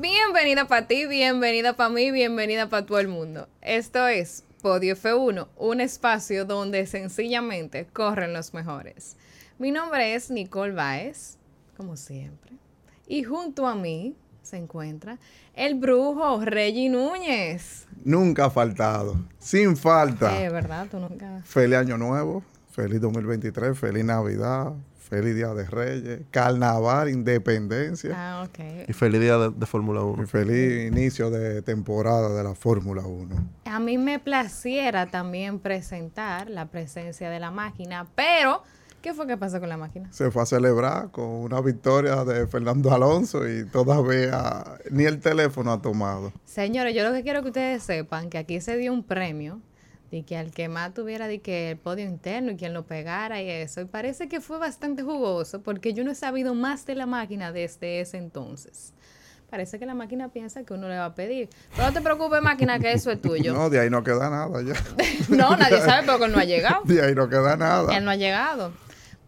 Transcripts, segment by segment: Bienvenida para ti, bienvenida para mí, bienvenida para todo el mundo. Esto es Podio F1, un espacio donde sencillamente corren los mejores. Mi nombre es Nicole Baez, como siempre. Y junto a mí se encuentra el brujo Reggie Núñez. Nunca ha faltado, sin falta. Eh, ¿verdad? Tú nunca. Feliz Año Nuevo, feliz 2023, feliz Navidad, feliz Día de Reyes, Carnaval, Independencia. Ah, ok. Y feliz día de, de Fórmula Y 1. feliz inicio de temporada de la Fórmula 1. A mí me placiera también presentar la presencia de la máquina, pero ¿qué fue que pasó con la máquina? Se fue a celebrar con una victoria de Fernando Alonso y todavía ni el teléfono ha tomado. Señores, yo lo que quiero que ustedes sepan que aquí se dio un premio de que al que más tuviera de que el podio interno y quien lo pegara y eso. Y parece que fue bastante jugoso porque yo no he sabido más de la máquina desde ese entonces. Parece que la máquina piensa que uno le va a pedir. Pero no te preocupes, máquina, que eso es tuyo. No, de ahí no queda nada ya. No, nadie sabe porque él no ha llegado. De ahí no queda Él nada. no ha llegado.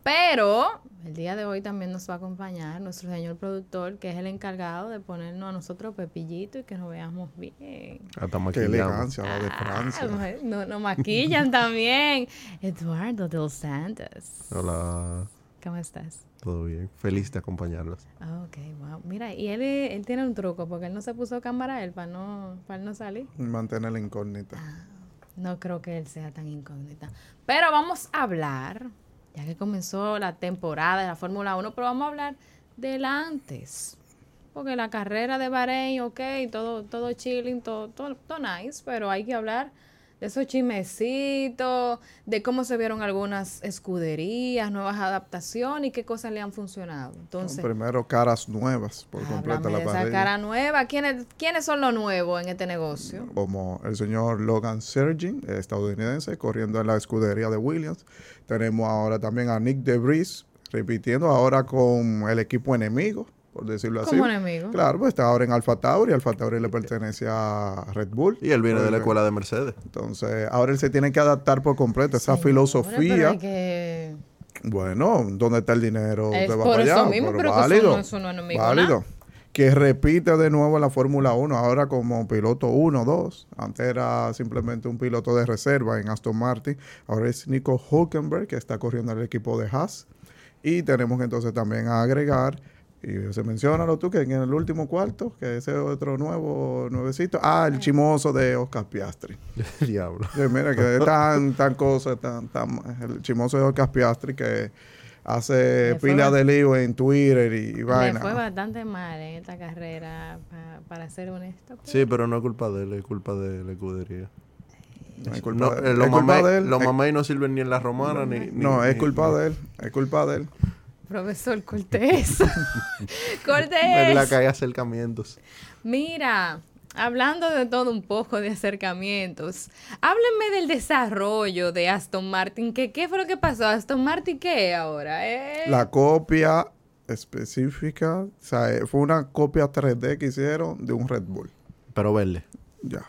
Pero el día de hoy también nos va a acompañar nuestro señor productor, que es el encargado de ponernos a nosotros pepillito y que nos veamos bien. Hasta Qué maquillado. elegancia la de Ah, Francia. mujer, no, no maquillan también. Eduardo Del Santos. Hola, ¿Cómo estás? todo bien. Feliz de acompañarlos. Ah, ok, wow. Mira, y él, eh, él tiene un truco porque él no se puso cámara él para no, para no salir. Mantener la incógnita. No creo que él sea tan incógnita. Pero vamos a hablar, ya que comenzó la temporada de la Fórmula 1, pero vamos a hablar del antes. Porque la carrera de Bahrein, ok, todo, todo chilling, todo, todo, todo nice, pero hay que hablar de esos chismecitos, de cómo se vieron algunas escuderías, nuevas adaptaciones y qué cosas le han funcionado. Entonces, Ah, Primero, caras nuevas por completo háblame de la esa parrilla. cara nueva. ¿Quiénes, ¿Quiénes son los nuevos en este negocio? como el señor Logan Sergin, estadounidense, corriendo en la escudería de Williams. Tenemos ahora también a Nick DeVries, repitiendo ahora con el equipo enemigo, por decirlo así. Como enemigo. Claro, pues está ahora en Alfa Tauri, Alfa Tauri le pertenece a Red Bull. Y él viene de la Entonces, escuela de Mercedes. Entonces, ahora él se tiene que adaptar por completo a esa Señores, pero filosofía. hay que- Bueno, ¿dónde está el dinero? Es Te va por para eso allá, mismo, pero pero que eso válido. no- eso no es enemigo, válido. nada. Que repite de nuevo la Fórmula 1, ahora como piloto 1, 2. Antes era simplemente un piloto de reserva en Aston Martin. Ahora es Nico Hulkenberg, que está corriendo en el equipo de Haas. Y tenemos que entonces también a agregar, y se menciona lo tú, que en el último cuarto, que ese otro nuevo nuevecito. Ah, el chimoso de Oscar Piastri. Diablo. Sí, mira, que tan, tan cosa, tan, tan, el chimoso de Oscar Piastri que hace Le fue pila ba- de lío en Twitter y, y Me fue vaina. bastante mal en esta carrera, pa- para ser honesto. pues. Sí, pero no es culpa de él, es culpa de la escudería. No, es culpa, No, de, eh, él. los es culpa de mamés él. los Es- mamés no sirven ni en la romana ni. ni- no, es ni- culpa de él. Es culpa de él. Profesor, corte eso. corte Es la eso. que hay acercamientos. Mira, hablando de todo un poco de acercamientos, háblenme del desarrollo de Aston Martin. ¿Qué, qué fue lo que pasó? ¿Aston Martin qué ahora? Eh, La copia específica, o sea, eh, fue una copia 3D que hicieron de un Red Bull. Pero verle. Ya.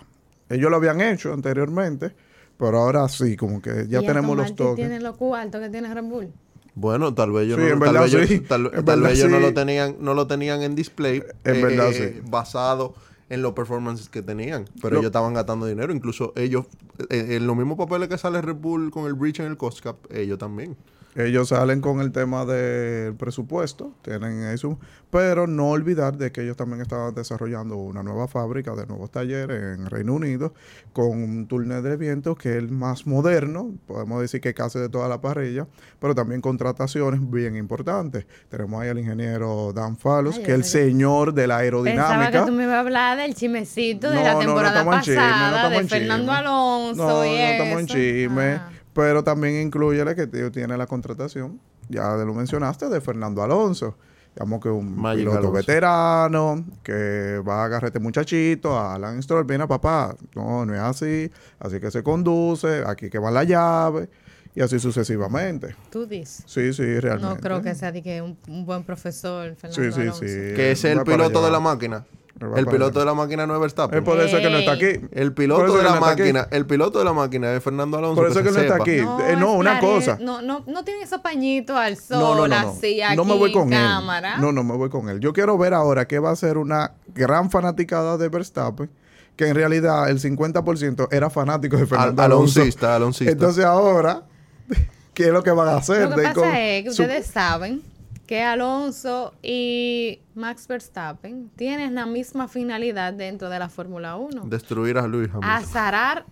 Ellos lo habían hecho anteriormente, pero ahora sí, como que ya ¿Y tenemos Aston los Martin toques. tiene los cuartos que tiene Red Bull? Bueno, tal vez ellos Sí, no, tal en verdad vez ellos- sí. tal- En tal verdad vez ellos no sí. lo tenían, no lo tenían en display eh, En verdad sí. basado en los performances que tenían. Pero Lo- ellos estaban gastando dinero. Incluso ellos, eh, en los mismos papeles que sale Red Bull con el Breach en el Cost Cap, ellos también. Ellos salen con el tema del presupuesto, tienen eso, pero no olvidar de que ellos también estaban desarrollando una nueva fábrica de nuevos talleres en Reino Unido con un túnel de viento que es el más moderno, podemos decir que casi de toda la parrilla, pero también contrataciones bien importantes. Tenemos ahí al ingeniero Dan Fallos, Ay, que es ay, el ay. señor de la Pensaba aerodinámica. que tú me ibas a hablar del chismecito de No, la no, no temporada estamos en chisme, no pasada estamos de en chisme. Fernando Alonso No, y no estamos en eso. chisme. Ah. Pero también incluye la que te- tiene la contratación, ya lo mencionaste, de Fernando Alonso. Digamos que un Magic piloto Alonso. veterano que va a agarrar a este muchachito, a Alan Stroll, mira papá, no, no es así, así que se conduce, aquí que va la llave, y así sucesivamente. Tú dices. Sí, sí, realmente. No creo que sea de que un, un buen profesor, Fernando Sí, sí, Alonso. sí. que es el va para piloto allá. de la máquina. Él va El para piloto de adelante. la máquina no es Verstappen. Es por eso que no está Ey. aquí. El Por piloto eso de que la no está aquí. máquina, el piloto de la máquina es Fernando Alonso. Por eso que se no está sepa. aquí. Eh, no, es una claret- cosa. No, no, no tienen esos pañitos al sol, No, no, no, no. así, aquí No me voy con en cámara. él. No, no me voy con él. Yo quiero ver ahora que va a ser una gran fanaticada de Verstappen, que en realidad el 50% era fanático de Fernando Al- Alonso. aloncista, aloncista. Entonces ahora, ¿qué es lo que van a hacer? Lo que De pasa con es que su- ustedes saben que Alonso y Max Verstappen tienen la misma finalidad dentro de la Fórmula 1. Destruir a Luis Hamilton. Ah, azarar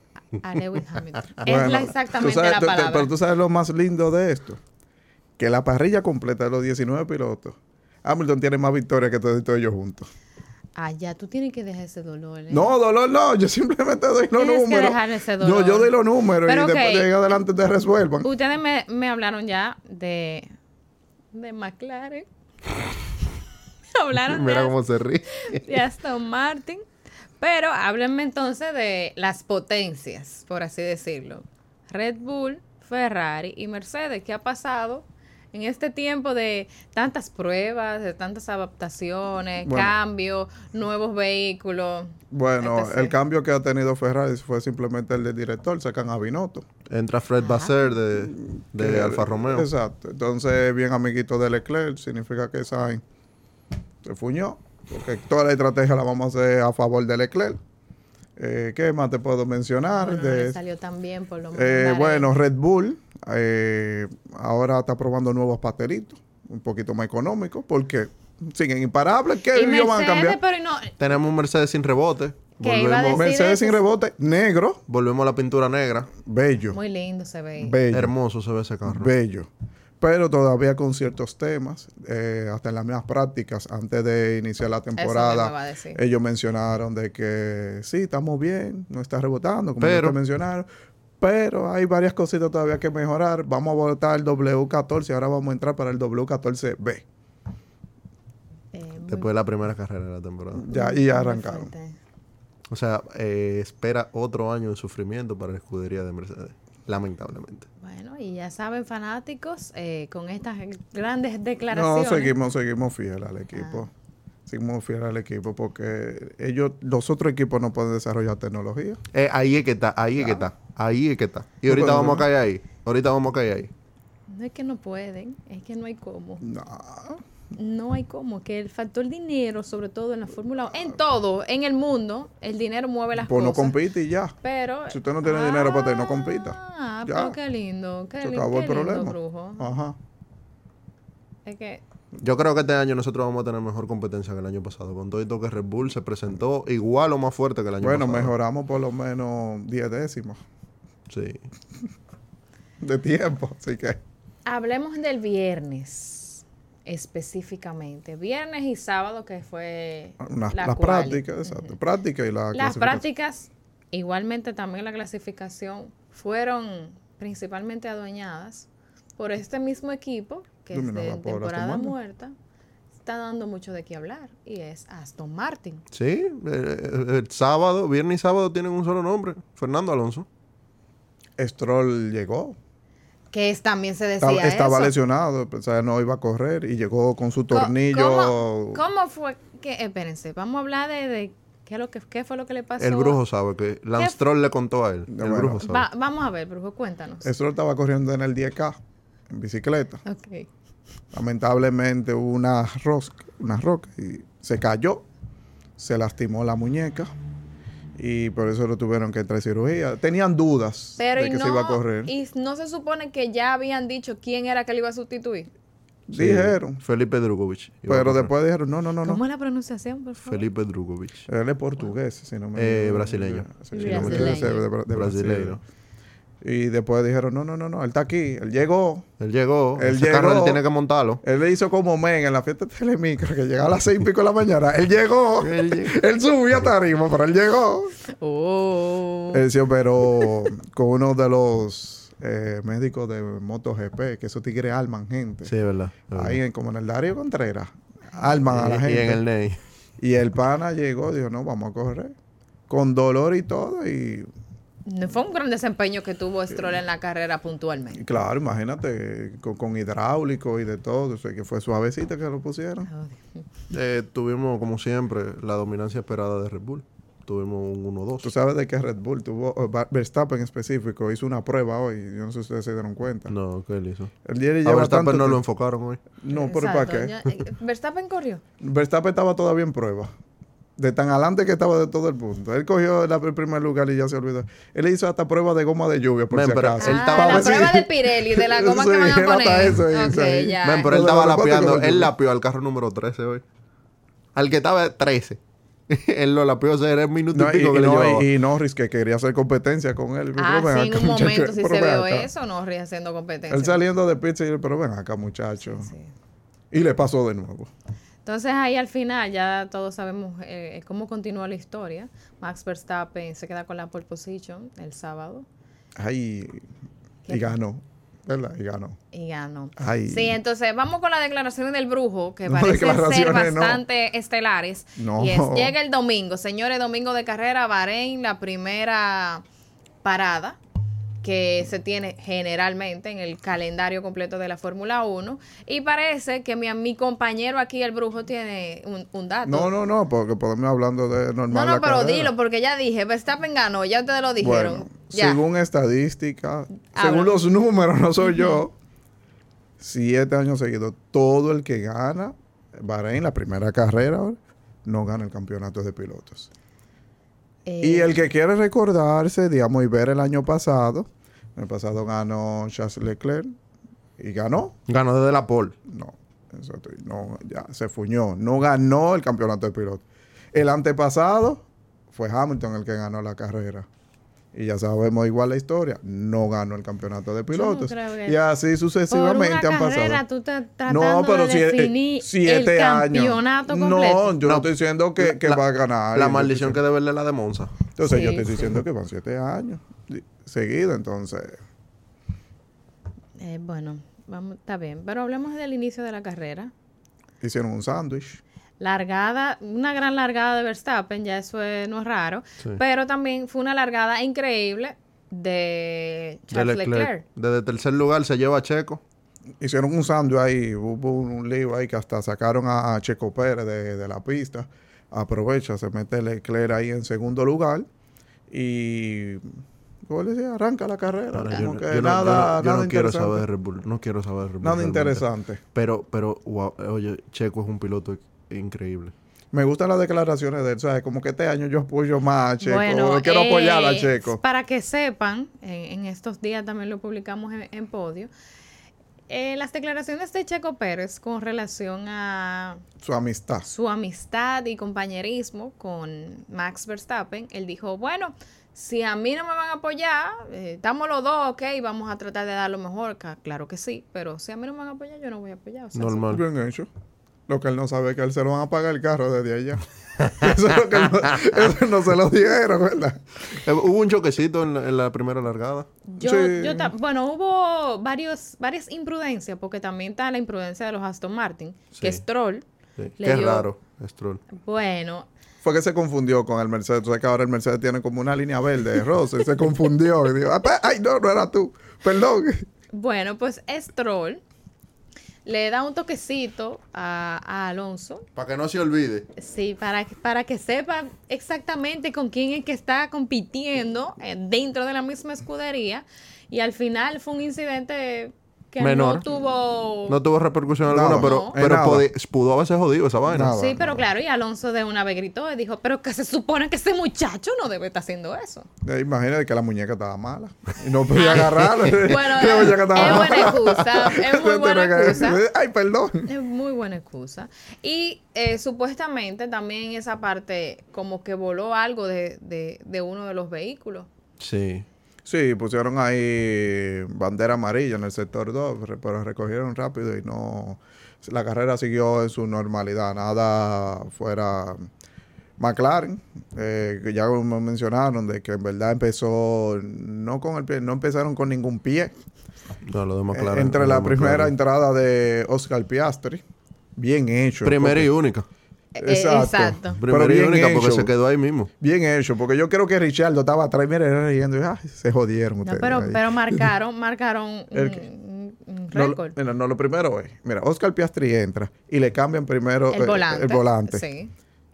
a Lewis Hamilton. es Bueno, la- tú exactamente sabes- la tú- te- palabra. pero tú sabes lo más lindo de esto. Que la parrilla completa de los 19 pilotos. Hamilton tiene más victorias que todos, todos ellos juntos. Ah, ya, tú tienes que dejar ese dolor. ¿eh? No, dolor no. Yo simplemente doy los Tienes que números. dejar ese No, yo dolor. doy los números Pero y después ok. de ahí adelante te resuelvan. Ustedes me, me hablaron ya de, de McLaren. Me hablaron de, Mira cómo se ríe. de Aston Martin. Pero háblenme entonces de las potencias, por así decirlo. Red Bull, Ferrari y Mercedes. ¿Qué ha pasado en este tiempo de tantas pruebas, de tantas adaptaciones, Bueno. cambios, nuevos vehículos? Bueno, Entonces- el cambio que ha tenido Ferrari fue simplemente el del director, sacan a Binotto. Entra Fred Ah, Basser de, de Que- Alfa Romeo. Exacto. Entonces, bien amiguito de Leclerc, significa que Sainz se fuñó, porque toda la estrategia la vamos a hacer a favor de Leclerc. Eh, ¿Qué más te puedo mencionar? Bueno, no de- le salió tan bien, por lo menos. Eh, Daré- bueno, Red Bull eh, ahora está probando nuevos pastelitos, un poquito más económicos, porque siguen imparables. ¿Qué Y ellos van a Mercedes, cambiar? pero no, Tenemos un Mercedes sin rebote. Que iba a Volvemos, Mercedes sin rebote, negro, volvemos a la pintura negra. bello, Muy lindo se ve. bello. Hermoso se ve ese carro. Bello. Pero todavía con ciertos temas, eh, hasta en las mismas prácticas, antes de iniciar la mismo iba a temporada, decir. ellos mencionaron de que sí, estamos bien, no está rebotando, como Pero- ustedes mencionaron, pero hay varias cositas todavía que mejorar. Vamos a votar el W14, ahora vamos a entrar para el W14B. Eh, muy- Después de la primera carrera de la temporada. Ya, y ya muy arrancaron. fuerte. O sea, eh, espera otro año de sufrimiento para la escudería de Mercedes. Lamentablemente. Bueno, y ya saben, fanáticos, eh, con estas grandes No, declaraciones. Ah. seguimos, seguimos fiel al equipo. Seguimos fiel al equipo porque ellos, los otros equipos no pueden desarrollar tecnología. Eh, ahí es que está, ahí es que está, ahí es que está. Y No ahorita podemos, vamos a ¿no? caer ahí. Ahorita vamos a caer ahí. No es que no pueden, es que no hay cómo. No. No hay cómo. Que el factor dinero, sobre todo en la Fórmula 1, en todo, en el mundo, el dinero mueve las Pues no cosas. compite y ya. pero. Si usted no tiene dinero para tener, no compita. Ah, Ya. pero qué lindo. Qué, Se li- acabó el qué lindo, problema. Ah. brujo. Ajá. Es que Yo creo que este año nosotros vamos a tener mejor competencia que el año pasado. Con todo esto que Red Bull se presentó igual o más fuerte que el año Bueno, pasado. mejoramos por lo menos 10 décimas Bueno, mejor. Sí. de tiempo, así que Hablemos del viernes específicamente. Viernes y sábado que fue una- la las cual. prácticas, exacto, práctica y la Las clasificación. prácticas, igualmente también la clasificación, fueron principalmente adueñadas por este mismo equipo que Dominada es de por Aston temporada Martin. muerta. Está dando mucho de qué hablar y es Aston Martin. Sí, eh, eh, el sábado, viernes y sábado tienen un solo nombre, Fernando Alonso. Stroll llegó, Que es- también se decía estaba, estaba eso. lesionado, o sea, no iba a correr y llegó con su Co- tornillo. ¿Cómo, cómo fue que...? Espérense, vamos a hablar de, de qué, es lo que, qué fue lo que le pasó. El brujo sabe que Lance ¿Qué? Stroll le contó a él. El Bueno. brujo sabe. Va- vamos a ver, brujo, cuéntanos. Stroll estaba corriendo en el 10K en bicicleta. Ok. Lamentablemente hubo una rosca, una roca y se cayó, se lastimó la muñeca y por eso lo tuvieron que entrar a cirugía. Tenían dudas Pero de y que no, se iba a correr. y no se supone que ya habían dicho quién era que le iba a sustituir. Sí, Dijeron, Felipe Drugovic. Iba a pero pasar. después Eh, dijeron, no, no, no, no. ¿Cómo es la pronunciación, por favor? Felipe Drugovic. Él es portugués, si no me Eh, brasileño. Sí, Y si no me brasileño. equivoco, de- de- de Brasil. Brasileiro. Y después dijeron, no, no, no, no, él está aquí, él llegó. Él llegó. Él ese carro llegó. él tiene que montarlo. Él le hizo como men en la fiesta de Telemicro, que llegaba a las seis y pico de la mañana. Él llegó, Él llegó. él subió a tarima, pero él llegó. Oh. Él se operó con uno de los eh, médicos de MotoGP, que esos tigres alman gente. Sí, es verdad. es verdad. Ahí, en, como en el Darío Contreras, alman a la Y- gente. Y en el Ney. Y el pana llegó, dijo, no, vamos a correr. Con dolor y todo. Y, No fue un gran desempeño que tuvo Stroll en la carrera y puntualmente. claro, imagínate, con, con hidráulico y de todo. O sea, que fue suavecito que lo pusieron. Oh, Dios. Eh, tuvimos, como siempre, la dominancia esperada de Red Bull. Tuvimos un 1-2. Tú sabes de que Red Bull tuvo, eh, Ver- Verstappen en específico, hizo una prueba hoy. Yo no sé si ustedes se dieron cuenta. No, ¿qué él hizo? El día A lleva tanto Mm. Ah, Verstappen no lo tiempo- enfocaron hoy. No, pero ¿para Exacto, qué? ya- eh, Verstappen corrió. Verstappen estaba todavía en prueba. De tan adelante que estaba de todo el punto. Él cogió la- el primer lugar y ya se olvidó. Él le hizo hasta prueba de goma de lluvia, por Men, si pero acaso. él Ah, estaba- la Sí. prueba de Pirelli, de la goma que Sí, van a era poner. para eso, eso, Ok, eso. ya. Men, pero él Lo de estaba los cuatro lapeando. que lo Él tuvo. lapeó al carro número 13 hoy. Al que estaba 13. él lo lapeó. O sea, era el minuto No, y y, pico y que le no, llevaba. y- y Norris que quería hacer competencia con él. Ah, Pero ven sí, en acá, un momento muchacho, si pero se ven veo acá. eso, no ríe haciendo competencia. Él saliendo de pizza y él, pero ven acá, muchacho. Sí. Y le pasó de nuevo. Entonces ahí al final ya todos sabemos eh, cómo continúa la historia. Max Verstappen se queda con la pole position el sábado Ay, y ¿Qué? ganó. ¿Verdad? Y ganó. y ganó. Ay. Sí, entonces vamos con las declaraciones del brujo, que No, parecen ser declaraciones no. bastante estelares. No. Y es, llega el domingo, señores, domingo de carrera, Bahrein, la primera parada que se tiene generalmente en el calendario completo de la Fórmula 1. Y parece que mi, mi compañero aquí, el brujo, tiene un, un dato. No, no, no, porque podemos ir hablando de No, normal. Ah, no, la pero carrera. dilo, porque ya dije, Verstappen ganó, ya ustedes lo dijeron. Bueno, ya. según estadística, Habla. según los números, no soy yo, siete años seguidos, todo el que gana, Bahrein, la primera carrera, ahora, no gana el campeonato de pilotos. Eh, Y el que quiere recordarse, digamos, y ver el año pasado, el pasado ganó Charles Leclerc y ganó. Ganó desde la pole. No, eso estoy- no, ya se fuñó. No ganó el campeonato de pilotos. El antepasado fue Hamilton el que ganó la carrera. Y ya sabemos igual la historia. No ganó el campeonato de pilotos. creo que- y así sucesivamente por una han carrera, pasado. Tú estás No, tratando pero de si- eh, definir el siete años. campeonato completo. No, yo no, No. estoy diciendo que, que La- va a ganar. La Yo maldición que estoy- debe verle la de Monza. Entonces yo Sí, te estoy sí. diciendo que van siete años di- seguido. Entonces, Eh, bueno, vamos, está bien. Pero hablemos del inicio de la carrera. hicieron un sándwich. Largada, una gran largada de Verstappen, ya eso es- no es raro. Sí. Pero también fue una largada increíble de De Charles Leclerc. Leclerc. Desde tercer lugar se lleva a Checo. Hicieron un sándwich ahí, hubo un, un lío ahí que hasta sacaron a, a Checo Pérez de, de la pista. Aprovecha, se mete Leclerc ahí en segundo lugar y ¿cómo le decía? arranca la carrera. Ahora, como yo, no- que yo no- yo no- nada, yo no nada quiero interesante. saber de Red Bull. No quiero saber de Red Bull. nada realmente. interesante. Pero, pero, wow, oye, Checo es un piloto i- increíble. Me gustan las declaraciones de él, ¿sabes? Como que este año yo apoyo más a Checo, Bueno, quiero eh, apoyar a Checo. Para que sepan, en, en estos días también lo publicamos en, en podio. eh, las declaraciones de Checo Pérez con relación a Su amistad. su amistad y compañerismo con Max Verstappen, él dijo, bueno, si a mí no me van a apoyar, eh, estamos los dos, ok, vamos a tratar de dar lo mejor, ca- claro que sí, pero si a mí no me van a apoyar, yo no voy a apoyar. o sea, Normal. Bien hecho. Lo que él no sabe es que él se lo van a pagar el carro desde allá. eso es lo que no, eso no se lo dijeron, ¿verdad? Eh, hubo un choquecito en la, en la primera largada. Yo, Sí. yo ta- bueno, hubo varios, varias imprudencias, porque también está la imprudencia de los Aston Martin, que Sí. Stroll, Sí. Le Qué dio- raro, Stroll. bueno, Fue que se confundió con el Mercedes. Tú sabes que ahora el Mercedes tiene como una línea verde de rosa y se confundió. Y dijo, "Ah, pa- ay, no, no era tú. Perdón. bueno, pues Stroll le da un toquecito a, a Alonso, Para que no se olvide. sí, para, que- para que sepa exactamente con quién es que está compitiendo eh, dentro de la misma escudería, y al final fue un incidente que Menor. no tuvo... No tuvo repercusión Nada. alguna, No. pero, En pero nada. podi- pudo haberse jodido esa vaina. Nada. Sí, pero claro, y Alonso de una vez gritó y dijo, pero que se supone que ese muchacho no debe estar haciendo eso. Eh, Imagínate que la muñeca estaba mala. Y no podía agarrar. Ah. Bueno, La muñeca es buena excusa, es muy buena Entonces, excusa. Ay, perdón. Es muy buena excusa. Y eh, supuestamente también esa parte como que voló algo de, de, de uno de los vehículos. Sí. Sí, pusieron ahí eh, bandera amarilla en el sector 2, re- pero recogieron rápido y no... La carrera siguió en su normalidad, nada fuera... McLaren, eh, que ya me mencionaron, de que en verdad empezó, no con el pie, no empezaron con ningún pie. No, lo de McLaren, Eh, entre lo la de primera McLaren. entrada de Oscar Piastri, bien hecho. Primera y porque- única. Eh, eh, Exacto. exacto. Primera Pero y bien única porque hecho. se quedó ahí mismo. Bien hecho, porque yo creo que Richardo estaba atrás, mira, riendo, y, "Ay, se jodieron No, ustedes. pero, ahí". pero marcaron, marcaron ¿El un- un No, récord. lo- mira, no, lo primero es, mira, Oscar Piastri entra y le cambian primero eh, el volante. el volante. Sí.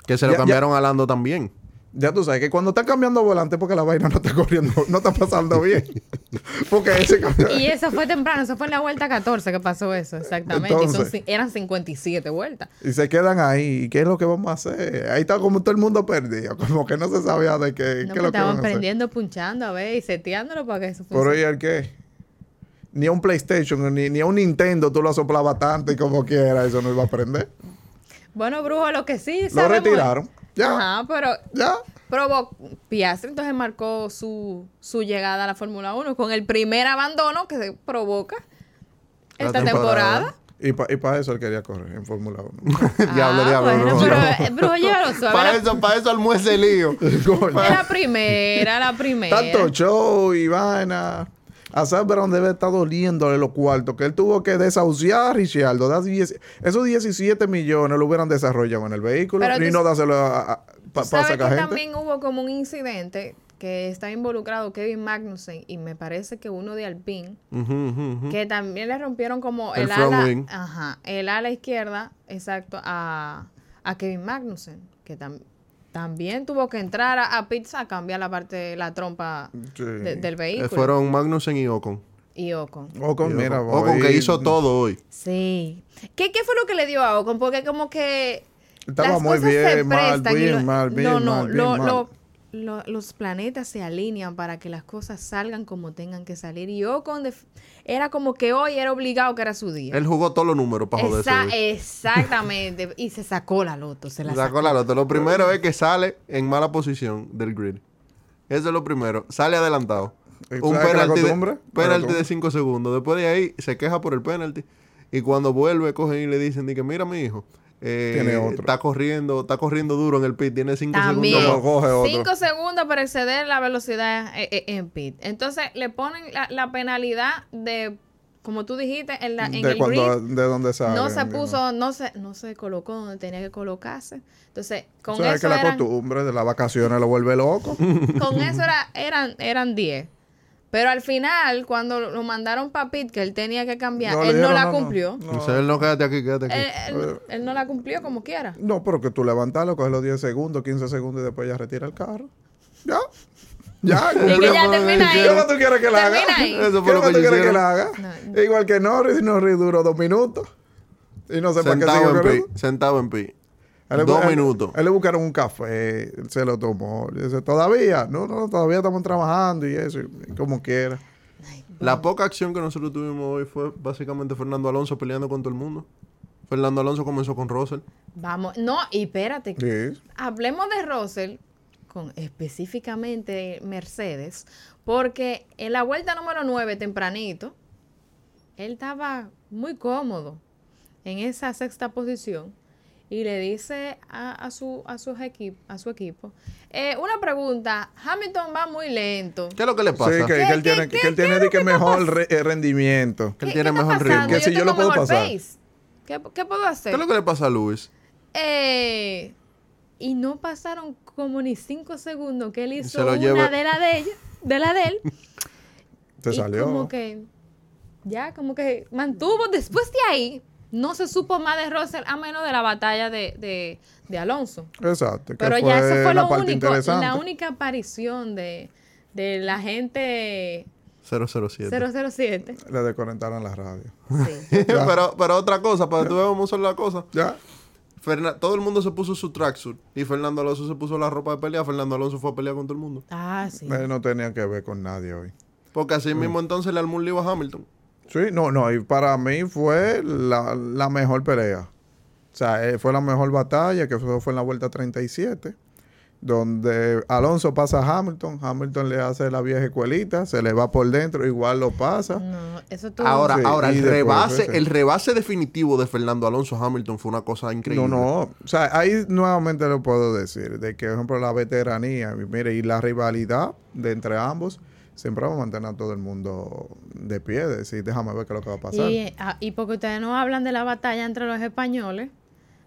Que se lo Ya- ya- cambiaron a Lando también. Ya tú sabes que cuando están cambiando volante es porque la vaina no está corriendo, no está pasando bien. porque ese cambio... Y eso fue temprano, eso fue en la vuelta 14 que pasó eso, exactamente. Y son, Entonces. ci- eran 57 vueltas. Y se quedan ahí. ¿Y qué es lo que vamos a hacer? Ahí está como todo el mundo perdido. Como que no se sabía de qué, No, qué que es lo que estaban van a hacer. prendiendo, punchando, a ver, y seteándolo para que eso Por funcione. ahí el qué. Ni a un PlayStation, ni, ni a un Nintendo tú lo soplabas tanto y como quiera, eso no iba a aprender. Bueno, brujo, lo que sí Lo sabemos- retiraron. Ya. Ajá, pero Ya. provocó. Piastri entonces marcó su, su llegada a la Fórmula 1 con el primer abandono que se provoca La esta temporada. temporada. Y para eso él quería correr en Fórmula 1. diablo, Ah, diablo. bueno, no, pero no. eh, brujo, llévalo suave. Para Era- eso, para eso almuerce lío. Era Eh, la primera, la primera. Tanto show y vaina. A Zac Brown debe estar doliéndole los cuartos que él tuvo que desahuciar a Richardo. Da 10 esos 17 millones lo hubieran desarrollado en el vehículo Pero y tú- no dárselo a, a- a- pa- Tú pa' sabes sacar que gente. también hubo como un incidente que está involucrado Kevin Magnussen y me parece que uno de Alpine Ujú, ujú, ujú. que también le rompieron como el, El front ala wing. ajá, el ala izquierda exacto a, a Kevin Magnussen que tam- también tuvo que entrar a, a pizza a cambiar la parte la trompa Sí. de- del Eh, vehículo Fueron Magnussen y Ocon. y Ocon Ocon, Y mira, Ocon. va Ocon que ahí. hizo todo hoy. sí ¿Qué, qué fue lo que le dio a Ocon porque como que Estaba las muy cosas se bien, mal, prestan y bien, lo- mal, bien, no, no, mal, bien, lo- mal. lo- lo- los planetas se alinean para que las cosas salgan como tengan que salir. Y Ocon def- era como que hoy era obligado que era su día. Él jugó todos los números para joderse. Esa- hoy. exactamente. y se sacó la loto. Se la sacó. Sacó la lota. Lo primero es que sale en mala posición del grid. Eso es lo primero. Sale adelantado. ¿Y tú Un sabes que la penalti costumbre? de, La penalti costumbre. de 5 segundos. Después de ahí se queja por el penalti. Y cuando vuelve, cogen y le dicen, di que mira mi hijo, eh, Tiene otro". está corriendo, está corriendo duro en el pit, tiene 5 También. segundos. Lo más". coge otro. Cinco segundos para exceder la velocidad eh, eh, en pit. Entonces le ponen la, la penalidad de, como tú dijiste, en, la, en de el cuando, grid. de dónde sale. no se entiendo. puso, no se, no se colocó donde tenía que colocarse. Entonces, con O sea, es eso que la eran, costumbre de las vacaciones lo vuelve loco. con eso era, eran, eran 10. Pero al final, cuando lo mandaron para Pit, que él tenía que cambiar, le él no dijeron, la cumplió. No, O sea, él no quédate aquí, quédate aquí. Él, él- él no la cumplió como quiera. No, pero que tú levantarlo, coges los 10 segundos, 15 segundos y después ya retira el carro. Ya. Ya, Y que cumplió. ya con- termina ahí. ¿Qué es lo que tú quieres que la haga? Termina ahí. ¿Qué es lo Eso fue lo que tú que quieres que hicieron. la haga? Igual que Norris, Norris duró dos minutos. Y no sé por qué sigue sentado, en con eso. pi, sentado en pi. A él le- Dos a él- minutos. A él le buscaron un café, él se lo tomó. Le dice, todavía, no, no, todavía estamos trabajando y eso, y como quiera. La poca acción que nosotros tuvimos hoy fue básicamente Fernando Alonso peleando con todo el mundo. Fernando Alonso comenzó con Russell. Vamos, no, y espérate, Sí. hablemos de Russell, con específicamente Mercedes, porque en la vuelta número 9, tempranito, él estaba muy cómodo en esa sexta posición y le dice a, a su, a, sus equip- a su equipo, eh, una pregunta, Hamilton va muy lento. ¿Qué es lo que le Sí, pasa? que, que él ¿Qué- tiene, qué- que él qué tiene es de lo que que está mejor re- eh, rendimiento. Que él ¿Qué- tiene qué está mejor ritmo. pasando? Que si yo tengo lo puedo mejor pasar. pace. ¿Qué, qué puedo ¿Qué hacer? es lo que le pasa a Luis? Eh, y no pasaron como ni cinco segundos que él hizo lo una lleva- de la de ella, de la de él. Se y salió. Como que, ya, como que mantuvo. Después de ahí, no se supo más de Russell a menos de la batalla de, de, de Alonso. Exacto. que Pero ya eso fue la lo parte único, interesante. la única aparición de, de la gente 007. 007. Le desconectaron la radio. Sí. Ya. pero, pero otra cosa, para que tú veas cómo son las cosas. Ya. Ferna- todo el mundo se puso su tracksuit y Fernando Alonso se puso la ropa de pelea. Fernando Alonso fue a pelear con todo el mundo. Ah, sí. Eh, no tenía que ver con nadie hoy. Porque Mm. así mismo entonces le armó un lío a Hamilton. Sí, no, no. Y para mí fue la, la mejor pelea. O sea, eh, fue la mejor batalla, que fue, fue en la vuelta 37, donde Alonso pasa a Hamilton, Hamilton le hace la vieja escuelita, se le va por dentro, igual lo pasa. No, eso tuvo Ahora, Sí, ahora, y el después, rebase, sí, sí. el rebase definitivo de Fernando Alonso a Hamilton fue una cosa increíble. No, no. O sea, ahí nuevamente lo puedo decir, de que, por ejemplo, la veteranía, y mire, y la rivalidad de entre ambos, siempre va a mantener a todo el mundo de pie, de decir, déjame ver qué es lo que va a pasar. Y, eh, ah, y porque ustedes no hablan de la batalla entre los españoles,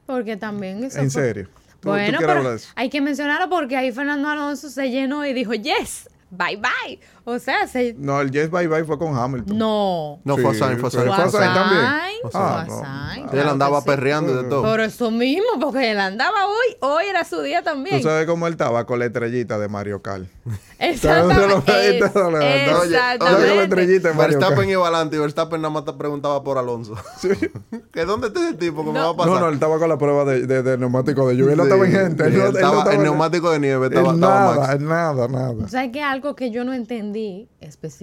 porque también eso en fue- serio. ¿Tú- tú Bueno, quieres pero hablar de eso? hay que mencionarlo porque ahí Fernando Alonso se llenó y dijo, yes, bye bye. O sea, se... No, el Yes Bye Bye fue con Hamilton. No. No, Sí, fue Sainz, fue pero Sainz. fue Fue a Sainz también. Sainz, fue Ah, a no. Sainz, Ah, claro Él que andaba sí. perreando y de todo. Por eso mismo, porque él andaba hoy, hoy era su día también. Tú sabes cómo él estaba con la estrellita de Mario Kart. Exactamente. Oye, Oye, oye, oye, Oye, la Exactamente. estrellita de Mario Verstappen Kart. iba adelante y Verstappen nada más te preguntaba por Alonso. ¿Que dónde está ese tipo? ¿Cómo No. va a No, pasar? no, él estaba con la prueba de, de- de neumático de lluvia. Él no estaba en gente. Sí, Él, no- él él no estaba- estaba el en- neumático de nieve en estaba, estaba nada, Max. en nada, nada. O sea, que algo que yo no entendí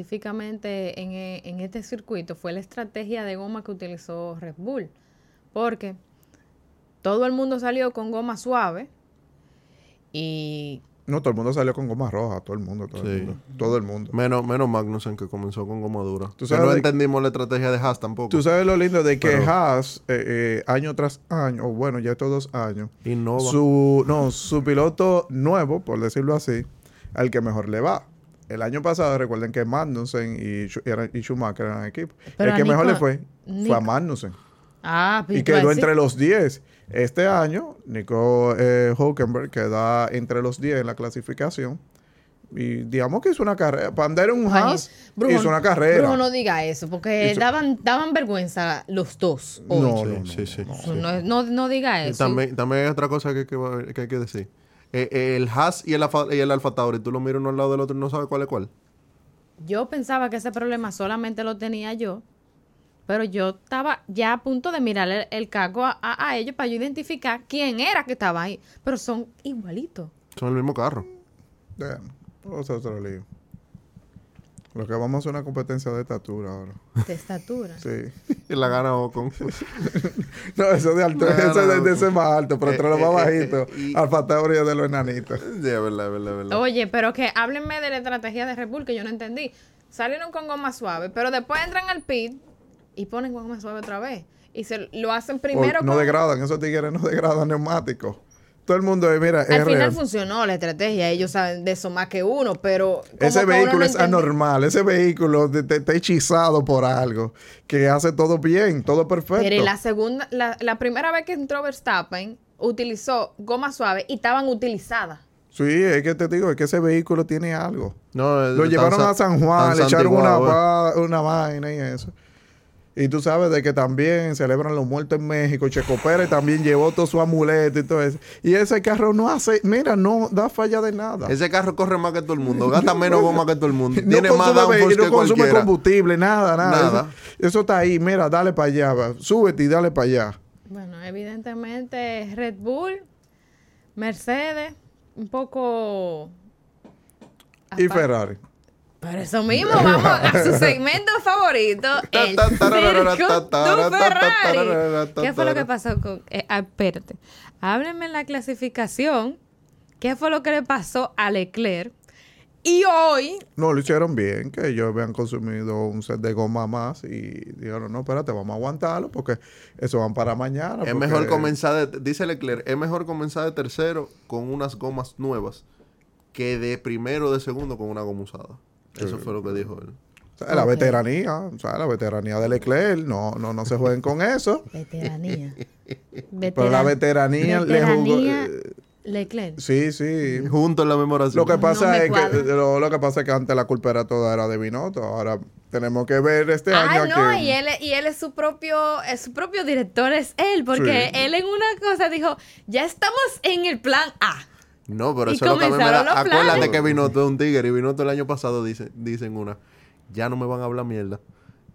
específicamente en, e- en este circuito fue la estrategia de goma que utilizó Red Bull. Porque todo el mundo salió con goma suave y No, todo el mundo salió con goma roja. Todo el mundo, todo el Sí. mundo. Todo el mundo. Menos, menos Magnussen que comenzó con goma dura. Tú Que sabes no de- entendimos la estrategia de Haas tampoco. Tú sabes lo lindo de que Pero- Haas, eh, eh, año tras año, o bueno, ya estos dos años, Innova. su, no, su piloto nuevo, por decirlo así, al que mejor le va. El año pasado, recuerden que Magnussen y, Schu- eran- y Schumacher eran equipo. Pero el a que mejor Nico- le fue fue Nico- a Magnussen. Ah, Y tú vas a quedó decir- entre los 10. Este año, Nico eh, Hulkenberg queda entre los 10 en la clasificación. Y digamos que hizo una carrera. Para andar en un Juan, Haas, Brujo, hizo una carrera. Brujo, no diga eso, porque Hizo- daban, daban vergüenza los dos hoy. No, Sí, no, no, sí, sí. no. No, no, no- no diga Y eso. también, también hay otra cosa que, hay que va- que hay que decir. Eh, eh, el Haas y el, Alfa, y el Alfa Tauri, tú lo miras uno al lado del otro y no sabes cuál es cuál. Yo pensaba que ese problema solamente lo tenía yo, pero yo estaba ya a punto de mirar el, el caco a, a- a ellos para yo identificar quién era que estaba ahí. Pero son igualitos. Son el mismo carro. Bueno, pero eso es otro lío. Lo que vamos a hacer es una competencia de estatura ahora. De estatura. Sí. Y la gana Ocon. No, eso de alto, No, no, eso de, no. de ese más alto, pero entre los más Eh, eh, eh, bajitos. y- Alfa Tauri es de los enanitos. Sí, es verdad, es verdad, es verdad. Oye, pero que háblenme de la estrategia de Red Bull que yo no entendí. Salieron con goma suave, pero después entran al pit y ponen goma suave otra vez. Y se lo hacen primero O no con- degradan, esos tigres no degradan neumáticos. Todo el mundo, eh, mira, Al es final real. funcionó la estrategia, ellos saben de eso más que uno, pero... como que Ese uno vehículo no es entendió. anormal, ese vehículo te- te- está hechizado por algo, que hace todo bien, todo perfecto. Pero y la segunda, la, la primera vez que entró Verstappen, utilizó goma suave y estaban utilizadas. Sí, es que te digo, es que ese vehículo tiene algo. No, Lo están llevaron sa- a San Juan, están le echaron una, santiguados, eh. va- una vaina y eso. Y tú sabes de que también celebran los muertos en México. Checo Pérez también llevó todo su amuleto y todo eso. Y ese carro no hace, mira, no da falla de nada. Ese carro corre más que todo el mundo, gasta menos goma que todo el mundo, no tiene más consume, downforce ve- no que consume cualquiera. combustible, nada, nada. Nada. Eso, eso está ahí, mira, dale para allá, va. súbete y dale para allá. Bueno, evidentemente Red Bull, Mercedes, un poco... Y apa- Ferrari. Pero eso mismo, vamos a su segmento favorito. el Ta, ta, tararara, ta, Circo tu tarara, ta, Ferrari. tarara, ta, ¿Qué fue lo que tarara. pasó con.? eh, ah, espérate. Háblenme en la clasificación. ¿Qué fue lo que le pasó a Leclerc? Y hoy. No, lo hicieron bien, que ellos habían consumido un set de goma más y dijeron, no, espérate, vamos a aguantarlo porque eso van para mañana. Es porque- mejor comenzar, de, dice Leclerc, es mejor comenzar de tercero con unas gomas nuevas que de primero o de segundo con una goma usada. Eso fue lo que dijo él. O sea, La Ok. veteranía, o sea, la veteranía de Leclerc, no, no, no se jueguen con eso. Veteranía. Pero la veteranía, le jugó... eh, Leclerc. Sí, sí. Juntos en la memoración. Lo que pasa me es que cuadra. lo, lo que pasa es que antes la culpa era toda era de Binotto. Ahora tenemos que ver este Ah, año no, que y él, y él es su propio, es su propio director, es él, porque Sí. él en una cosa dijo, ya estamos en el plan A. No, pero Y eso es lo que a mí me comenzaron da. los planes. Acuérdate que Binotto es un tigre y Binotto el año pasado dice, dicen una, ya no me van a hablar mierda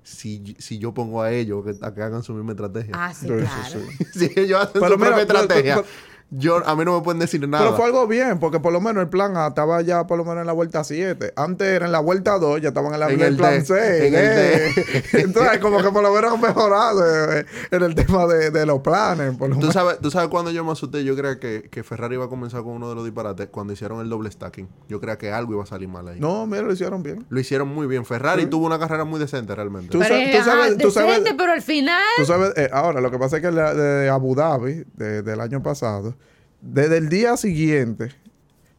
si, si yo pongo a ellos que, a que hagan su misma estrategia. Ah, sí, Eso claro. sí. si ellos hacen Pero su mira, propia pero- estrategia, pero- yo, a mí no me pueden decir nada. Pero fue algo bien, porque por lo menos el plan A estaba ya por lo menos en la vuelta 7. Antes era en la vuelta 2, ya estaban en, la, En en el el plan D, 6. en el eh. Entonces, como que por lo menos han mejorado eh, en el tema de, de los planes. Por lo ¿Tú menos. sabes, ¿Tú sabes cuándo yo me asusté? Yo creía que, que Ferrari iba a comenzar con uno de los disparates cuando hicieron el doble stacking. Yo creía que algo iba a salir mal ahí. No, mira, lo hicieron bien. Lo hicieron muy bien. Ferrari tuvo una carrera muy decente realmente. Tú Pero, sa- tú ajá, sabes- tú sabes- decente, pero al final. Tú sabes, eh, ahora lo que pasa es que la de Abu Dhabi, de- del año pasado, desde el día siguiente,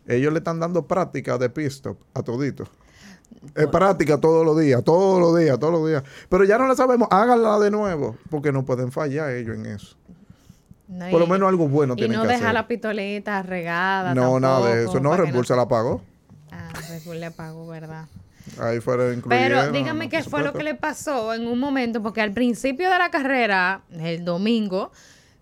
ellos le están dando práctica de pit stop a todito. Es práctica todos los días, todos los días, todos los días. Pero ya no la sabemos, háganla de nuevo, porque no pueden fallar ellos en eso. No, Por lo y- menos algo bueno Y tienen no que deja hacer. la pistolita regada. no, nada de tampoco, eso. No, para que Red Bull se la pagó. Ah, Red Bull le apagó, ¿verdad? Ahí fuera incluyeron, Pero dígame no, qué por fue lo supuesto. que le pasó en un momento, porque al principio de la carrera, el domingo,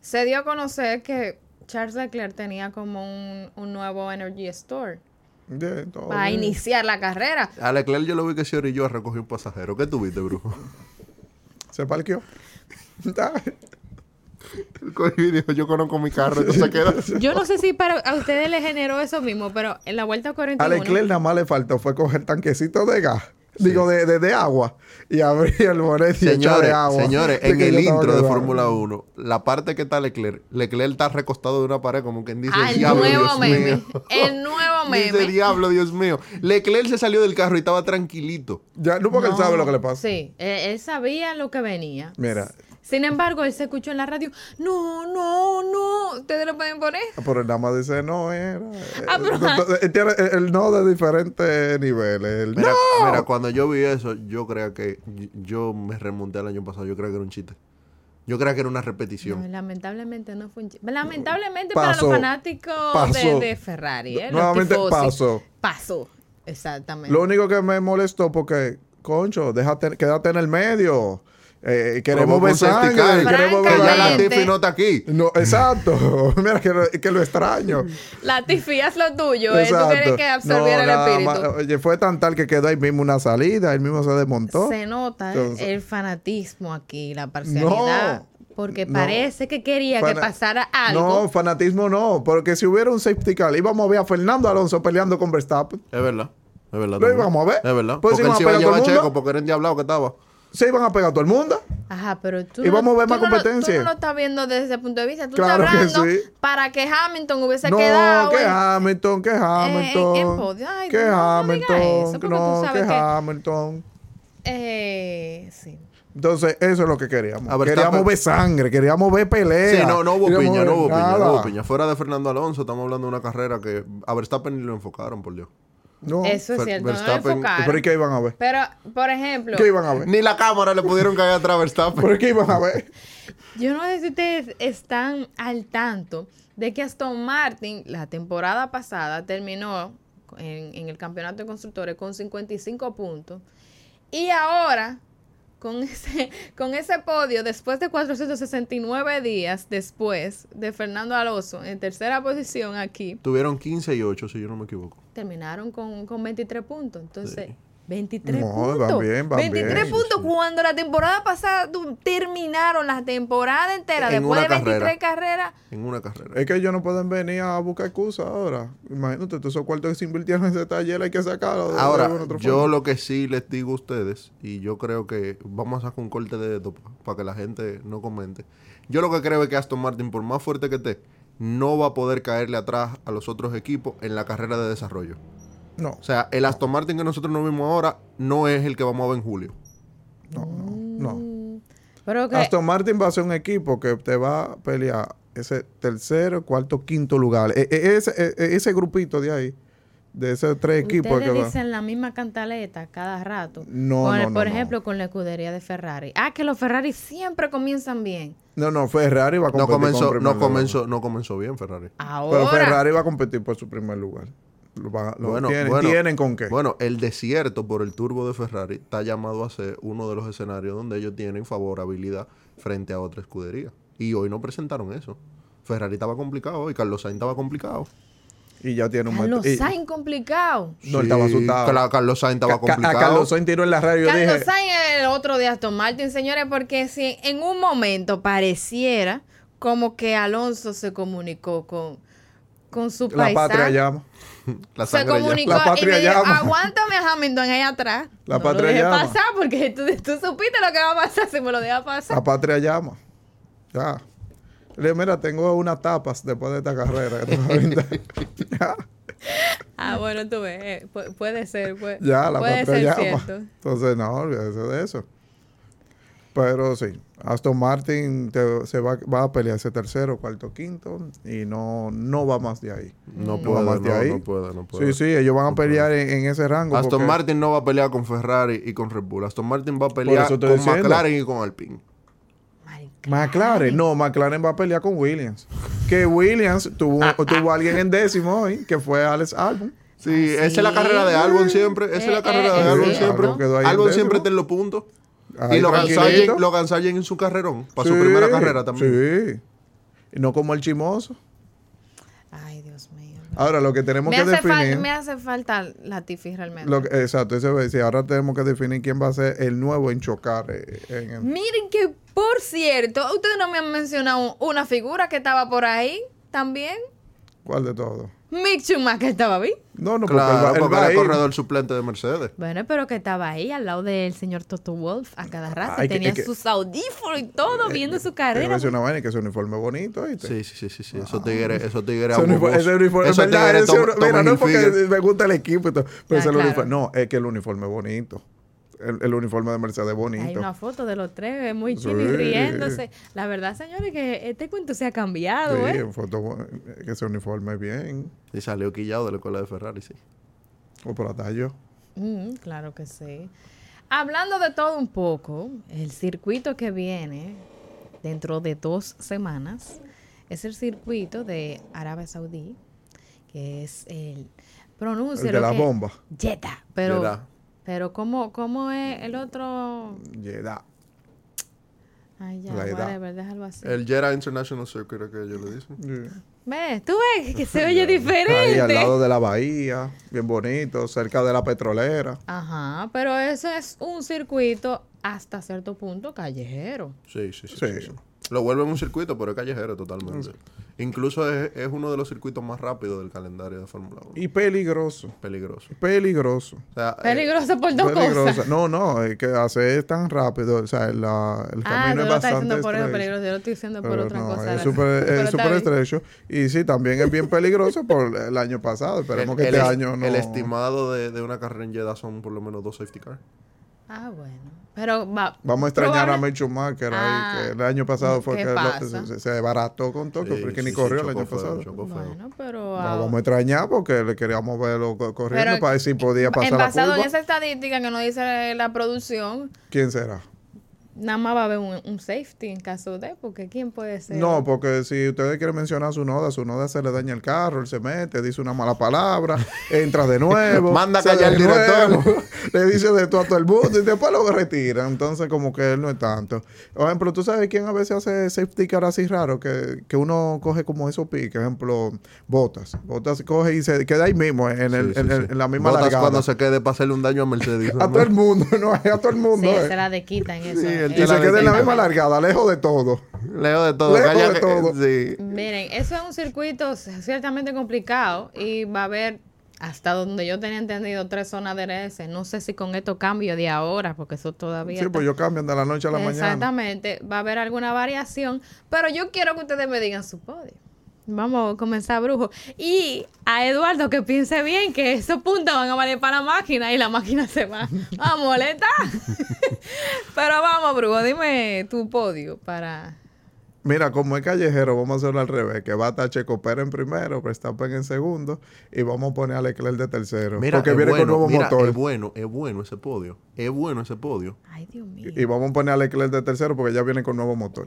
se dio a conocer que Charles Leclerc tenía como un, un nuevo Energy Store Bien, todo para bien. iniciar la carrera. A Leclerc yo lo vi que se orilló a recoger un pasajero. ¿Qué tuviste, brujo? Se parqueó. El cogió y dijo, yo conozco mi carro, entonces se queda. Yo no sé si para a ustedes les generó eso mismo, pero en la vuelta A 41... Leclerc nada más le faltó fue coger tanquecito de gas. Digo, de, de, de agua. Y abrir el bonete y echarle Señores, agua. señores, De en que el yo estaba intro de quedado. Fórmula 1, la parte que está Leclerc, Leclerc está recostado de una pared como quien dice, Al diablo, Ah, nuevo Dios meme. mío. El nuevo Dice, meme. diablo, Dios mío. Leclerc se salió del carro y estaba tranquilito. Ya, no porque él sabe lo que le pasa. Sí, él, él sabía lo que venía. Mira. Sin embargo, él se escuchó en la radio, no, no, no, ustedes lo pueden poner. Pero él nada más dice, no era. Ah, pero- Entonces, él tiene el, el no de diferentes niveles. El Mira, no. mira, cuando yo vi eso, yo creía que. Yo me remonté al año pasado, yo creía que era un chiste. Yo creía que era una repetición. No, lamentablemente no fue un chiste. Lamentablemente Pasó. para los fanáticos Pasó. de, de Ferrari, ¿eh? Los Nuevamente tifosi. pasó. Pasó, exactamente. Lo único que me molestó porque, concho, déjate, quédate en el medio. Eh, queremos Provoca ver un safety sangre, car. queremos ver Ya Francamente. sangre. Latifi no está aquí. No, exacto. Mira que lo, que lo extraño. La tifía es lo tuyo, ¿eh? Tú quieres que absorbiera No, el nada espíritu. más. ¿eh? Oye, fue tan tal que quedó ahí mismo una salida, él mismo se desmontó. Se nota ¿eh? Entonces- el fanatismo aquí, la parcialidad. porque no. parece que quería que Fana- pasara algo. No, fanatismo no, porque si hubiera un safety car, íbamos a ver a Fernando Alonso peleando con Verstappen. Es verdad. Es verdad. Lo también. íbamos a ver. Es verdad. Pues porque si él nos se iba a apela llevar todo el a mundo. Checo porque era endiablado que estaba. Se iban a pegar a todo el mundo. Ajá, pero tú. Y vamos a ver tú más no lo- competencia. tú no lo estás viendo desde ese punto de vista. Tú Claro que estás hablando sí. para que Hamilton hubiese no, quedado. que Eh, en- Hamilton, que Hamilton. en podio. Ay, que no, no diga Hamilton, eso, porque tú no, que, sabes que- Hamilton. Eh, sí. Entonces, eso es lo que queríamos. A Verstappen- queríamos ver sangre, queríamos ver Sí, pelea. no, no hubo queríamos piña, ver no hubo piña, no nada. hubo piña. Fuera de Fernando Alonso, estamos hablando de una carrera que a Verstappen ni lo enfocaron, por Dios. No. Eso es Ver- cierto. Verstappen- no lo enfocaron. ¿Pero y qué iban a ver? Pero, por ejemplo, ¿Qué iban a ver? Ni la cámara le pudieron caer atrás a Verstappen. ¿Pero qué iban a ver? yo no sé si ustedes están al tanto de que Aston Martin la temporada pasada terminó en, en el campeonato de constructores con 55 puntos y ahora con ese, con ese podio después de 469 días después de Fernando Alonso en tercera posición aquí Tuvieron 15 y 8, si yo no me equivoco. terminaron con, con 23 puntos. Entonces, Sí. 23 No, van puntos. bien, van 23 bien. puntos cuando la temporada pasada tú- terminaron la temporada entera. En después de una 23 carreras, En una carrera. Es que ellos no pueden venir a buscar excusas ahora. Imagínate, todos esos cuartos que se invirtieron en ese taller hay que sacarlos. de Ahora, alguna otra yo forma. lo que sí les digo a ustedes, y yo creo que vamos a sacar un corte de esto para que la gente no comente. Yo lo que creo es que Aston Martin, por más fuerte que esté, no va a poder caerle atrás a los otros equipos en la carrera de desarrollo. No, O sea, el Aston Martin que nosotros nos vimos ahora no es el que vamos a ver en julio. no, no. no. mm, pero que Aston Martin va a ser un equipo que te va a pelear ese tercero, cuarto, quinto lugar. E- e- ese, e- e- ese grupito de ahí, de esos tres equipos ustedes que va. dicen la misma cantaleta cada rato. No, Con no, el- no, Por no. ejemplo, con la escudería de Ferrari. Ah, que los Ferrari siempre comienzan bien. No, no, Ferrari va a No competir. comenzó, con primer no lugar. comenzó, no comenzó bien Ferrari. Ahora. Pero Ferrari va a competir por su primer lugar. Lo van a- lo tienen, tienen con qué. Bueno, el desierto por el turbo de Ferrari está llamado a ser uno de los escenarios donde ellos tienen favorabilidad frente a otra escudería. Y hoy no presentaron eso. Ferrari estaba complicado y Carlos Sainz estaba complicado. y ya tiene un Carlos maestro- y- Sainz complicado. No, él estaba asustado. Cla- Carlos Sainz estaba Ca- ca- complicado. A Carlos Sainz tiró en la radio. Carlos dije, Sainz es el otro de Aston Martin, señores, porque si en un momento pareciera como que Alonso se comunicó con, con su la paisano. patria llama. La se sangre ya- comunicó La y patria me dijo, llama. aguántame a Hamilton ahí atrás. La no patria lo dejes llama. pasar porque tú, tú supiste lo que va a pasar si me lo dejas pasar. La patria llama. Ya. Le digo, mira, tengo unas tapas después de esta carrera. que te voy a brindar". Ah, bueno, tú ves, eh, pu- puede ser, puede, ya, la puede patria ser llama. cierto. Entonces, no, olvídese de eso. Pero sí, Aston Martin te- se va, va a pelear ese tercero, cuarto, quinto y no, no va más de ahí. No va puede, más de no, ahí. no puede, no Sí, puede. sí, ellos van a pelear en, en ese rango. Aston porque- Martin no va a pelear con Ferrari y con Red Bull. Aston Martin va a pelear con eso estoy diciendo. McLaren y con Alpine. Marica. McLaren, no, McLaren va a pelear Ah, con Williams. Que Williams tuvo, tuvo a alguien en décimo hoy, que fue Alex Albon. Sí, esa es la sí. carrera de Albon siempre. Esa es Eh, la carrera eh, de es Albon cierto. siempre. Albon quedó ahí en Albon siempre décimo. está en los puntos. Ahí, y Logan tranquilito. Sargent, Logan Sargent en su carrerón. Para su Sí, primera carrera también. Sí. Y no como el chimoso. Ay, Dios mío. Ahora lo que tenemos Me que hace, fal- definir. me hace falta la Tifi realmente. lo que- exacto, eso iba a decir. Ahora tenemos que definir quién va a ser el nuevo en chocar. eh, en el- Miren que, por cierto, ustedes no me han mencionado una figura que estaba por ahí también. ¿Cuál de todos? Mick Schumacher estaba ahí. No, no, porque él va- Claro, él porque va era a ir. corredor suplente de Mercedes. Bueno, pero que estaba ahí al lado del señor Toto Wolf a cada rato. Ay, que- tenía es que- Eh, sus audífonos y todo, viendo su Te iba a carrera. decir una vaina que es un uniforme bonito, ¿oíste? Sí, sí, sí, sí, sí. Esos tigres, esos tigres Ah. Ese uniforme, abusos. ese uniforme, Esos es verdad, tigres ese Tom- uni- Tommy mira, no es porque Hilfiger. me gusta el equipo y todo, pero Ah, es el claro. uniforme- no, es que el uniforme es bonito. El, el uniforme de Mercedes es Hay bonito. una foto de los tres, muy chino y Sí. riéndose. La verdad, señores, que este cuento se ha cambiado, Sí, ¿eh? en foto, eh, que ese uniforme es bien. Y salió quillado de la escuela de Ferrari, sí. O por atallo. Mm, claro que sí. Hablando de todo un poco, el circuito que viene dentro de dos semanas es el circuito de Arabia Saudí, que es el pronuncia El de la bomba. Jeddah, pero Jeddah. pero cómo cómo es el otro Jeddah. Ay, ya, La edad. whatever, déjalo así. El Jera International Circuit, era que ellos le dicen. Sí. ¿Ves? Tú ves que se oye Ahí al diferente. lado de la bahía, bien bonito, cerca de la petrolera. Ajá, pero eso es un circuito hasta cierto punto callejero. Sí, sí, sí. Sí. sí, sí. Lo vuelven un circuito, pero es callejero totalmente. Incluso es, es uno de los circuitos más rápidos del calendario de Fórmula 1. Y peligroso, Peligroso. peligroso. O sea, eh, Peligroso por dos peligroso. cosas. No, no, es que hacer es tan rápido, o sea, la- el Ah, camino tú es lo estás bastante diciendo por eso estrecho. peligroso, yo lo estoy diciendo por Pero otra no, cosa. Es ahora. súper Pero es está súper bien. estrecho. Y sí, también es bien peligroso por el año pasado. el- Esperemos que el este es- año no. El estimado de, de una carrera en Jeddah son por lo menos dos safety cars. Ah, bueno. Pero va, Vamos a extrañar a probable- Mick Schumacher Ah, ahí, que el año pasado fue ¿qué que lo- pasa? se, se barató con todo, Sí, porque sí, ni sí, corrió el chocó año feo, pasado. chocó feo. Bueno, pero... Lo ah, vamos a extrañar porque le queríamos verlo co- corriendo Pero para ver si podía pasar en la basado en curva. esa estadística que nos dice la producción, ¿Quién será? nada más va a haber un, un safety en caso de, porque ¿quién puede ser? No, porque si ustedes quieren mencionar a su noda, su noda se le daña el carro, él se mete, dice una mala palabra, entra de nuevo. Manda a sale callar de al director. nuevo, le dice de todo a todo el mundo y después lo retira. Entonces, como que él no es tanto. Por ejemplo, tú sabes quién a veces hace safety car así raro, que, que uno coge como esos piques. Por ejemplo, botas. Botas coge y se queda ahí mismo, en, el- Sí, en sí, el- sí. en la misma Botas largada. cuando se quede para hacerle un daño a Mercedes. A todo el mundo, no, es a todo el Sí, mundo. eh. se la de quitan eso. Sí, el eh, Y se la queda en la de- misma largada, lejos de todo. Leo de todo. Lejos calla de que- todo. sí. Miren, eso es un circuito ciertamente complicado y va a haber, hasta donde yo tenía entendido, tres zonas de DRS. No sé si con estos cambios de ahora, porque eso todavía... Sí, está- pues ellos cambian de la noche a la mañana. Exactamente, va a haber alguna variación, pero yo quiero que ustedes me digan su podio. Vamos a comenzar, brujo. Y a Eduardo que piense bien que esos puntos van a valer para la máquina y la máquina se va a molestar. pero vamos, brujo, dime tu podio para... Mira, como es callejero, vamos a hacerlo al revés, que va a estar Checo Pérez en primero, Verstappen en segundo y vamos a poner a Leclerc de tercero. porque es viene con bueno, nuevo mira, motor. Es bueno, es bueno ese podio. Es bueno ese podio. Ay, Dios mío. Y vamos a poner a Leclerc de tercero porque ya viene con nuevo motor.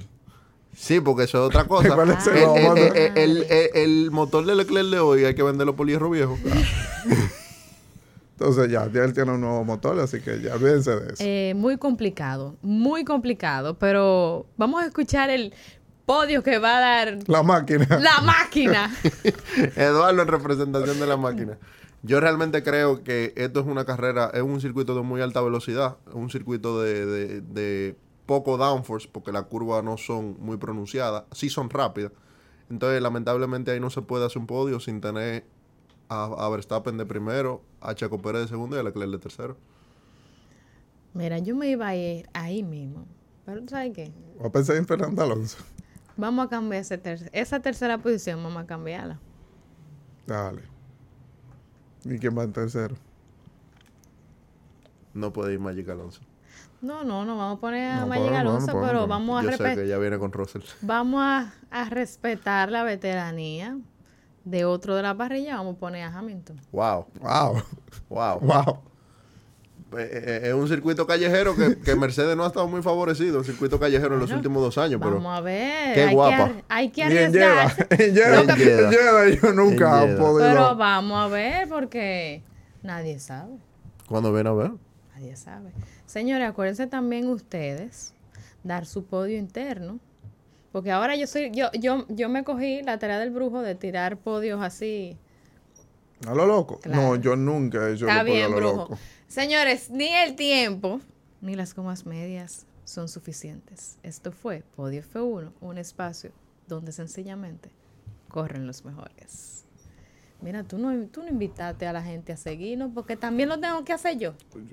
Sí, porque eso es otra cosa. ¿Cuál es el el, motor? el- el- el- el- el motor de Leclerc de hoy hay que venderlo por hierro viejo. Entonces ya, ya él tiene un nuevo motor, así que ya olvídense de eso. Eh, muy complicado, muy complicado, pero vamos a escuchar el podio que va a dar la máquina. la máquina. Eduardo en representación de la máquina. Yo realmente creo que esto es una carrera, es un circuito de muy alta velocidad, es un circuito de, de- de poco downforce, porque las curvas no son muy pronunciadas, sí son rápidas. Entonces, lamentablemente ahí no se puede hacer un podio sin tener a, a Verstappen de primero, a Checo Pérez de segundo y a Leclerc de tercero. Mira, yo me iba a ir ahí mismo, pero ¿tú ¿sabes qué? Voy a pensar en Fernando Alonso. Vamos a cambiar ese ter- esa tercera posición, vamos a cambiarla. Dale. ¿Y quién va en tercero? No puede ir Magic Alonso. No, no, no vamos a poner a No Magic podemos, no Alonso, podemos. pero vamos a, Yo sé respe- que ya viene con Russell. vamos a, a respetar la veteranía de otro de la parrilla, vamos a poner a Hamilton. Wow, Wow. wow. Wow. eh, eh, es un circuito callejero que, que Mercedes no ha estado muy favorecido, un circuito callejero en los Claro. últimos dos años, pero... Vamos a ver. qué hay, guapa. Que, ar- hay que Ni en Jeddah. arriesgarse. En Jeddah- Ni en Jeddah. en Jeddah yo nunca En he Jeddah. Pero podido. vamos a ver porque nadie sabe. Cuando ven a ver. Nadie sabe. Señores, acuérdense también ustedes dar su podio interno. Porque ahora yo soy, yo, yo, yo me cogí la tarea del brujo de tirar podios así. A lo loco. Claro. No, yo nunca he hecho Está lo podio a bien, lo brujo. loco. Señores, ni el tiempo ni las comas medias son suficientes. Esto fue Podio F1, un espacio donde sencillamente corren los mejores. Mira, tú no, tú no invitaste a la gente a seguirnos porque también lo tengo que hacer yo.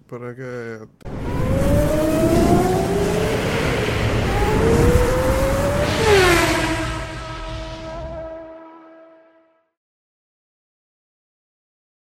Pero es que